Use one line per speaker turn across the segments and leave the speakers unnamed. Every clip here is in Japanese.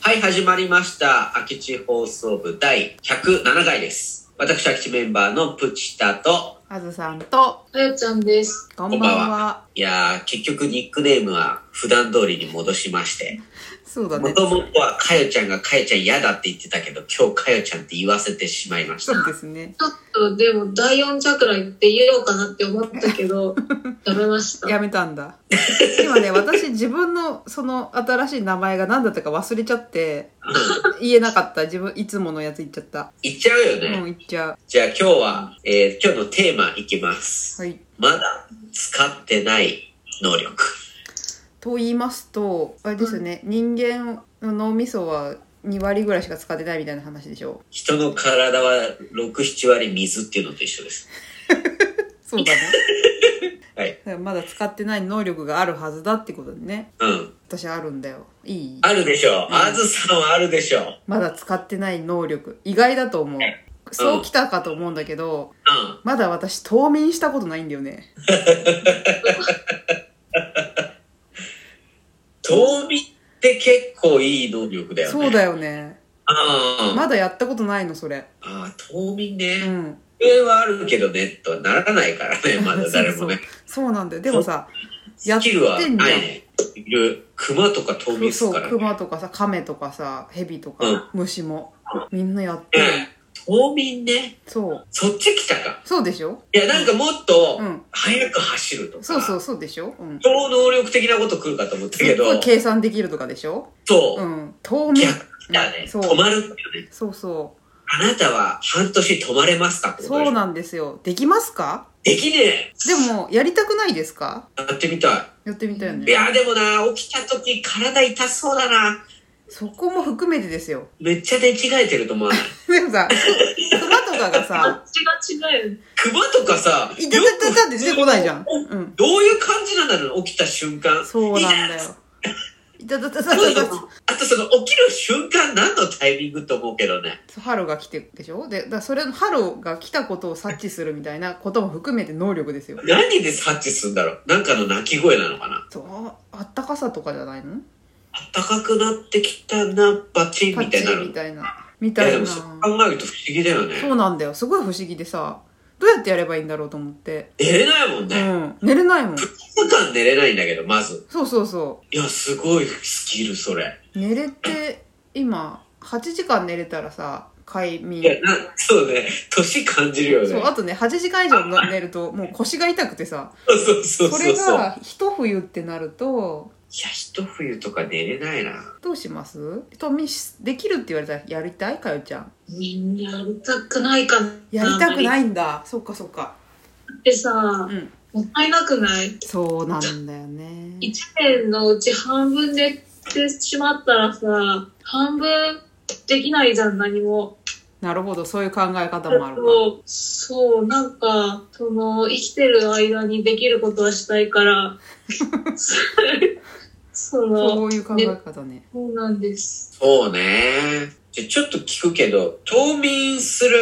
はい、始まりました。空き地放送部第107回です。私、空き地メンバーのプチタと、
あずさんと、
あやちゃんです。
こ
こん
んばん
ば
は。
んはいやー、結局ニックネームは普段通りに戻しまして、
そうだ
も
ね。
ともとはかよちゃんがかよちゃん嫌だって言ってたけど、今日かよちゃんって言わせてしまい まし
そう
た。
ですね。
ちょっとでも第4チャクラ行って言おうかなって思ったけ ど、やめました。
やめたんだ。今ね、私自分のその新しい名前が何だったか忘れちゃって、言えなかった。自分、いつものやつ言っちゃった。
言っちゃうよね。
もう言っちゃう。
じゃあ今日は、えー今日のテーマいきます。
はい。
まだ使ってない能力。
と言いますと、あれですよね、人間の脳みそは2割ぐらいしか使ってないみたいな話でしょ。
人の体は6、7割水っていうのと一緒です。
そう だね。
はい。
だからまだ使ってない能力があるはずだってことでね。
うん。
私あるんだよ。いい
あるでしょう。
ん
あずさんはあるでしょう。うん。
まだ使ってない能力。意外だと思う。そうきたかと思うんだけど、まだ私冬眠したことないんだよね。
遠見って結構いい能力だよね。
そう
よ。
だよね。
ああ。
まだやったことないの、それ。
ああ、冬眠
う
ね。
ん。
上はあるけどね、とはならないからね、まだ誰もね。
そうなんだよ。でもさ、や
スキ
っ
ルは
てん
な
だ
い
よ。
ね。いる熊とか冬眠す
そ
るか
う、
らね。
熊とかさ、亀とかさ、蛇とか、
うん
虫も。みんなやってる。
冬眠ね。
そう。
そっち来たか。
そうでしょ
いや、なんかもっと
うん。
速く走るとか。
そうそう、そうでしょうん。
超能力的なこと来るかと思った
す
け
っ
ど
ごい、計算できるとかでしょ
そうう、
ん。冬眠。
逆だね。
そう
止まるっていうね。
そうそ
あなたは半年止まれますかっ
う。
てことでし
そ
ょ
うなんですよ。できますか
できねえ
でも、やりたくないですか
やってみた
やってみたよ
い。い
ね。
や、でもな、起きた時体痛そうだな。
そこも含めてですよ。
めっちゃ寝違えてると思わ ない。
でもさ、く熊とかがさ、
ちが違うよね。
熊とかさ、
いたたたたって出てこないじゃん。うん。
どういう感じなんだろう起きた瞬間。
そうなん
い
だ
や
よ。いたたたた
そう
た
そう
た。
あとその起きる瞬間何のタイミングと思うけどね。
ハロが来てでしょで、だからそれのハロが来たことを察知するみたいなことも含めて能力ですよ。
何で察知するんだろうなんかの鳴き声なのかな
そう、ああったかさとかじゃないの
暖かくなってきたな、バチン
パ
み
ッ
たい
チ
にな
リ
る。
み
い
たいな。みた
やで
い
も
な。
そう
そ
考えると不思議だよね。
うなんだよ。すごい不思議でさ、どうやってやればいいんだろうと思って。
寝れないもん
う
ね。
ん。寝れないもん。
2日間寝れないんだけど、まず。
そうそうそ
いや、すごいスキル、それ。
う。寝れて、今、8時間寝れたらさ、快眠
い。や、な、そうね。年感じるよね。
そう、あとね、8時間以上寝ると、もう腰が痛くてさ、
そうそう
そ
そうそう。
れ
いや、
が一冬ってなると、
一冬とか寝れないな。
どうしますとみしできるって言われたらやりたいかよちゃん
みんなやりたくないかな。
やりたくないいんだそっかそっか
ってさ
う、ん
もったいなくない
そうなんだよね
?1 年のうち半分寝てしまったらさ、半分できないじゃん、何も。
なるほどそういう考え方もあるわ
そう、そう、なんか、その、生きてる間にできることはした いから、その、
そういう考え方ね
そうなんです。
そうね。じゃ、ちょっと聞くけど、冬眠する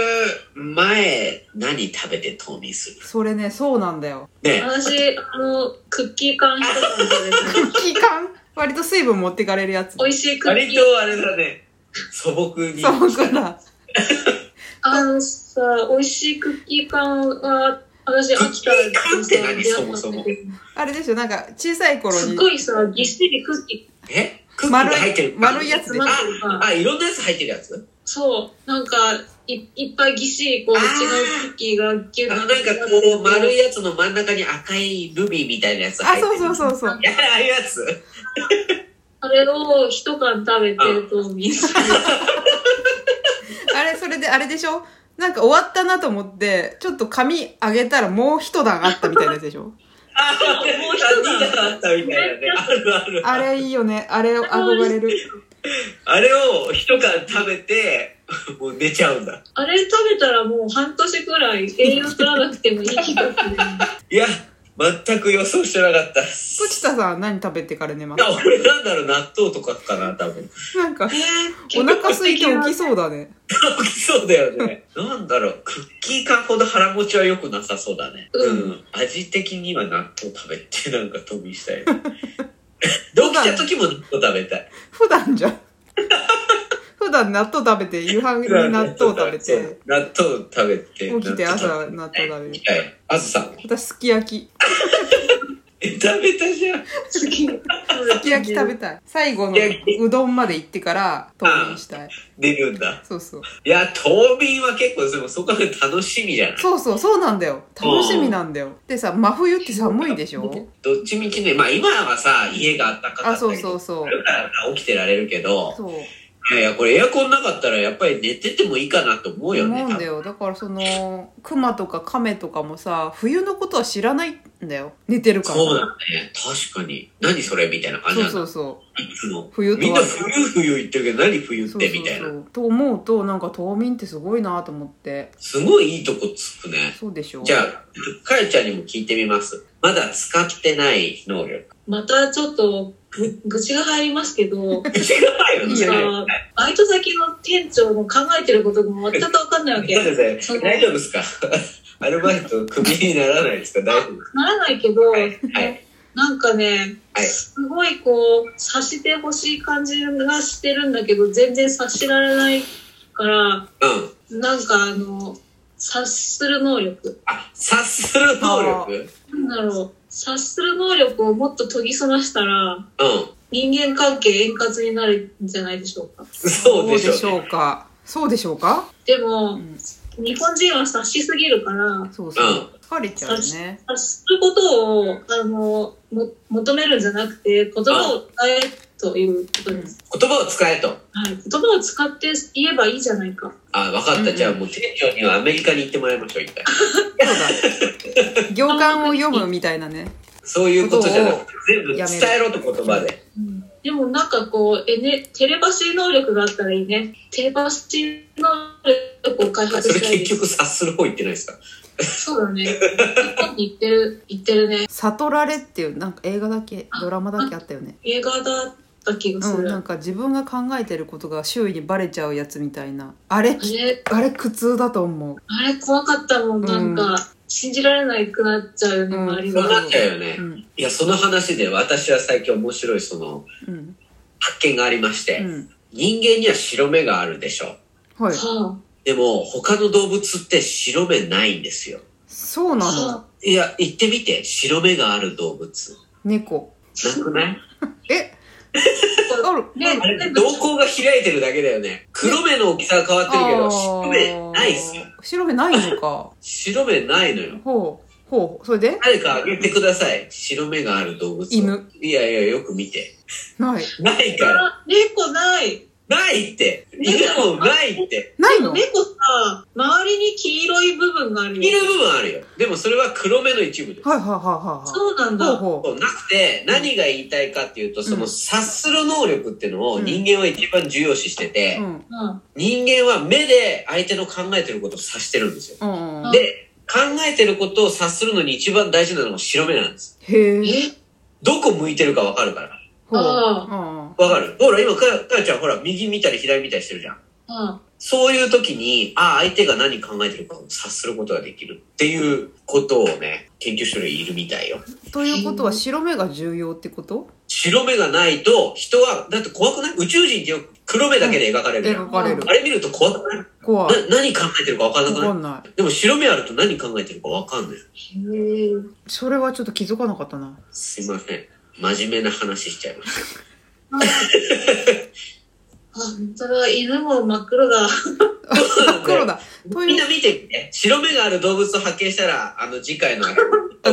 前、何食べて冬眠する
それねそうなんだよ
ね
私、あの、クッキー缶一缶とですね、
期間割と水分持ってかれるやつ
美味しいクッ
割
キー。
とあれだね。素朴に。
そうかな
あのさ、美味しいクッキー缶は、私、
クッ
秋
キ
田
ー缶って何
でやったんだけど
そもそも
あれでしょなんか小さい頃
すっ
に
ごいさ、ぎっしりクッキー
えクッキー
丸
が入って
い
る。
丸いやつで
詰まってるから、
あ、いろんなやつ入ってるやつ
そう、なんか、いいっぱいぎっしり、こう、
あ
違
ー
うクッキーがギュッ
あの、なんかこう、丸いやつの真ん中に赤いルビーみたいなやつ
あ
入ってる。
そうそうそうそう
いや、ああいうやつ。
あれを一缶食べてると、みんな。
あれそれであれでしょなんか終わったなと思ってちょっと髪上げたらもう一段あったみたいなやつでしょ
あ
もう 一つ
あったみたいなね。あるある。
あれいいよねあれ憧れる
あれを一缶食べて、もう寝ちゃうんだ。
あれ食べたらもう半年くらい栄養取らなくてもいい気がする。
いや、全く予想してなかった。い
プチタさん何食べてから寝ます
や、俺なんだろう、納豆とかかな、多分。
なんか、お腹空いて起きそうだね。
起きそうだよね。なんだろう、クッキー缶ほど腹持ちは良くなさそうだね。
うん
味的には納豆食べて、なんか飛びした い。同期した時も納豆食べたい。
普段じゃん。普段納豆食べて、夕飯に納豆食べ
そう
て、。
納豆食べて。
起きて
納豆食
朝納豆食べ
べ
る。
たい。あずさん。
私、すき焼き。
え、食べたじゃん。
すき
すき焼き食べたい。最後のうどんまで行ってから、冬眠したい。
出るんだ。
そうそう。
いや、冬眠は結構、でもそこで楽しみじゃない
そうそう、そうなんだよ。楽しみなんだよ。でさ、真冬って寒いでしょ
どっちみちね、まあ今はさ、家が暖かか
あ、
った
そう
り
そうそう
す。るから起きてられるけど、
そう。
いやいや、これエアコンなかったらやっぱり寝ててもいいかなと思うよね。
思うんだよだからそのクマとかカメとかもさ冬のことは知らないんだよ寝てる
多
から
分そうだね。確かに。何それみたいな感じ
そう
なんだ。
そうそ
いつも
う。冬
みん
は
な冬冬言ってるけど、何冬っ
そう
て
そう
みたい
そ
な。
うと思うとなんか冬眠ってすごいなと思って
すごいいいとこつくね。
そうでしょ
じゃあ、かやちゃんにも聞いてみます。まだ使ってない能 力。
またちょっとぐ愚痴が入りますけど、
違うよ
いい
ね
よ。
さバイト先の店長の考えてることが全く分かんないわけ。
そう大丈夫ですか アルバイトクビにならないですか大丈夫です
ならないけど、
かはい。
なんかね、
はい
すごいこう、察してほしい感じがしてるんだけど、全然察しられないから、
うん。
なんかあの、察する能力。
あ、察する能力
なんだろう。察する能力をもっと研ぎ澄ましたら、
うん。
人間関係円滑になるんじゃないでしょうか。
そうでしょうね、
うかそうでしょうか、
で
う
も、
ん、
日本人は察しすぎるから、
そうそう、
うん
疲れちゃうね
察することを、あの、も求めるんじゃなくて、言葉を使えということです。
言葉を使えと。
はい、言葉を使って言えばいいじゃないか。
あ、分かった。
うんうん
じゃあもう店長にはアメリカに行ってもらいましょう、一回。
そうだ行間を読むみたいなね
そういうことじゃなくて、全部伝えろと言葉で。
でもなんかこう、えね、テレパシー能力があったらいいね。テレパシー能力を開発
それ
したいで
結
す。
局察する方言ってないですか
そうだね。日本に行ってる、行ってるね。
悟られっていうなんか映画だけドラマだけあったよね
映画だった気がす
う
る。
んなんか自分が考えてることが周囲にバレちゃうやつみたいなあれ
あれ、
あれ苦痛だと思う
あれ怖かったもん。なんか、
うん
信じられなくなっちゃうよね、
うん
周り
そう
が。
なっちゃうよね
う。ん
いや、その話で私は最近面白いその
うん
発見がありまして、
うん
人間には白目があるでしょ。
はい
は
でも他の動物って白目ないんですよ。
そう
あ、
なの
はい
や、行ってみて、白目がある動物。
猫
なくない
え
あ。
ある
ね
あれ、瞳孔が開いてるだけだよね。黒目の大きさは変わってるけど、白目ないっすよ。
白目ないのか。
白目ないのよ。
ほう。ほう。それで
誰かあげてください。白目がある動物を。
犬。
いやいや、よく見て。
ない。
ないから。
あ猫ない。
ないって。犬もないって。
ないの
猫さ、周りに黄色い部分があるよ。
いる部分あるよ。でもそれは黒目の一部です。
はいはいは
そうなん
いはいはい。
だ。
ほうほ
なくて、何が言いたいかっていうと、そうの
ん
察する能力っていうのを人間は一番重要視してて
う。う、ん。
うん。
人間は目で相手の考えてることを察してるんですよ。
うんうん。
で、考えてることを察するのに一番大事なのが白目なんです。
へえ。
え
どこ向いてるかわかるから。
ほう。
あ
うん
わかるほら、今、かよかよちゃんほら、右見たり左見たりしてるじゃん。
うん。
そういう時に、ああ、相手が何考えてるかを察することができるっていうことをね、研究してる人いるみたいよ。
ということは白目が重要ってこと
白目がないと、人は、だって怖くない宇宙人ってよく黒目だけで描かれるじゃん。
描かれる
あ。れ見ると怖くない
怖い。
な何考えてるかわからなくな
わか
い
んない。
でも白目あると何考えてるかわかんない。
へえ。
それはちょっと気づかなかったな。
すいません。真面目な話しちゃいました。
あ、本当だ。犬も真っ黒 だ。
黒だ。と
みん
いう。
な見てみて。白目がある動物を発見したら、あの、次回 のアッ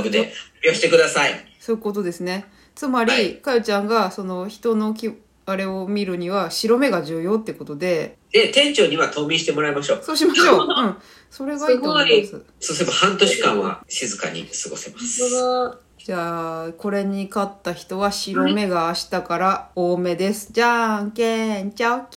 プで発表してください。
そういうことですね。つまり、
はい
かよちゃんが、その人のき、あれを見るには白目が重要ってことで、
で、店長には冬眠してもらいましょう。
そうしましょう。うん。それがいいと思います。
そうすれば半年間は静かに過ごせま
本
す。
当だ。
じゃあ、これに勝った人は白目が明日から多めです。じゃんけん、ちゃう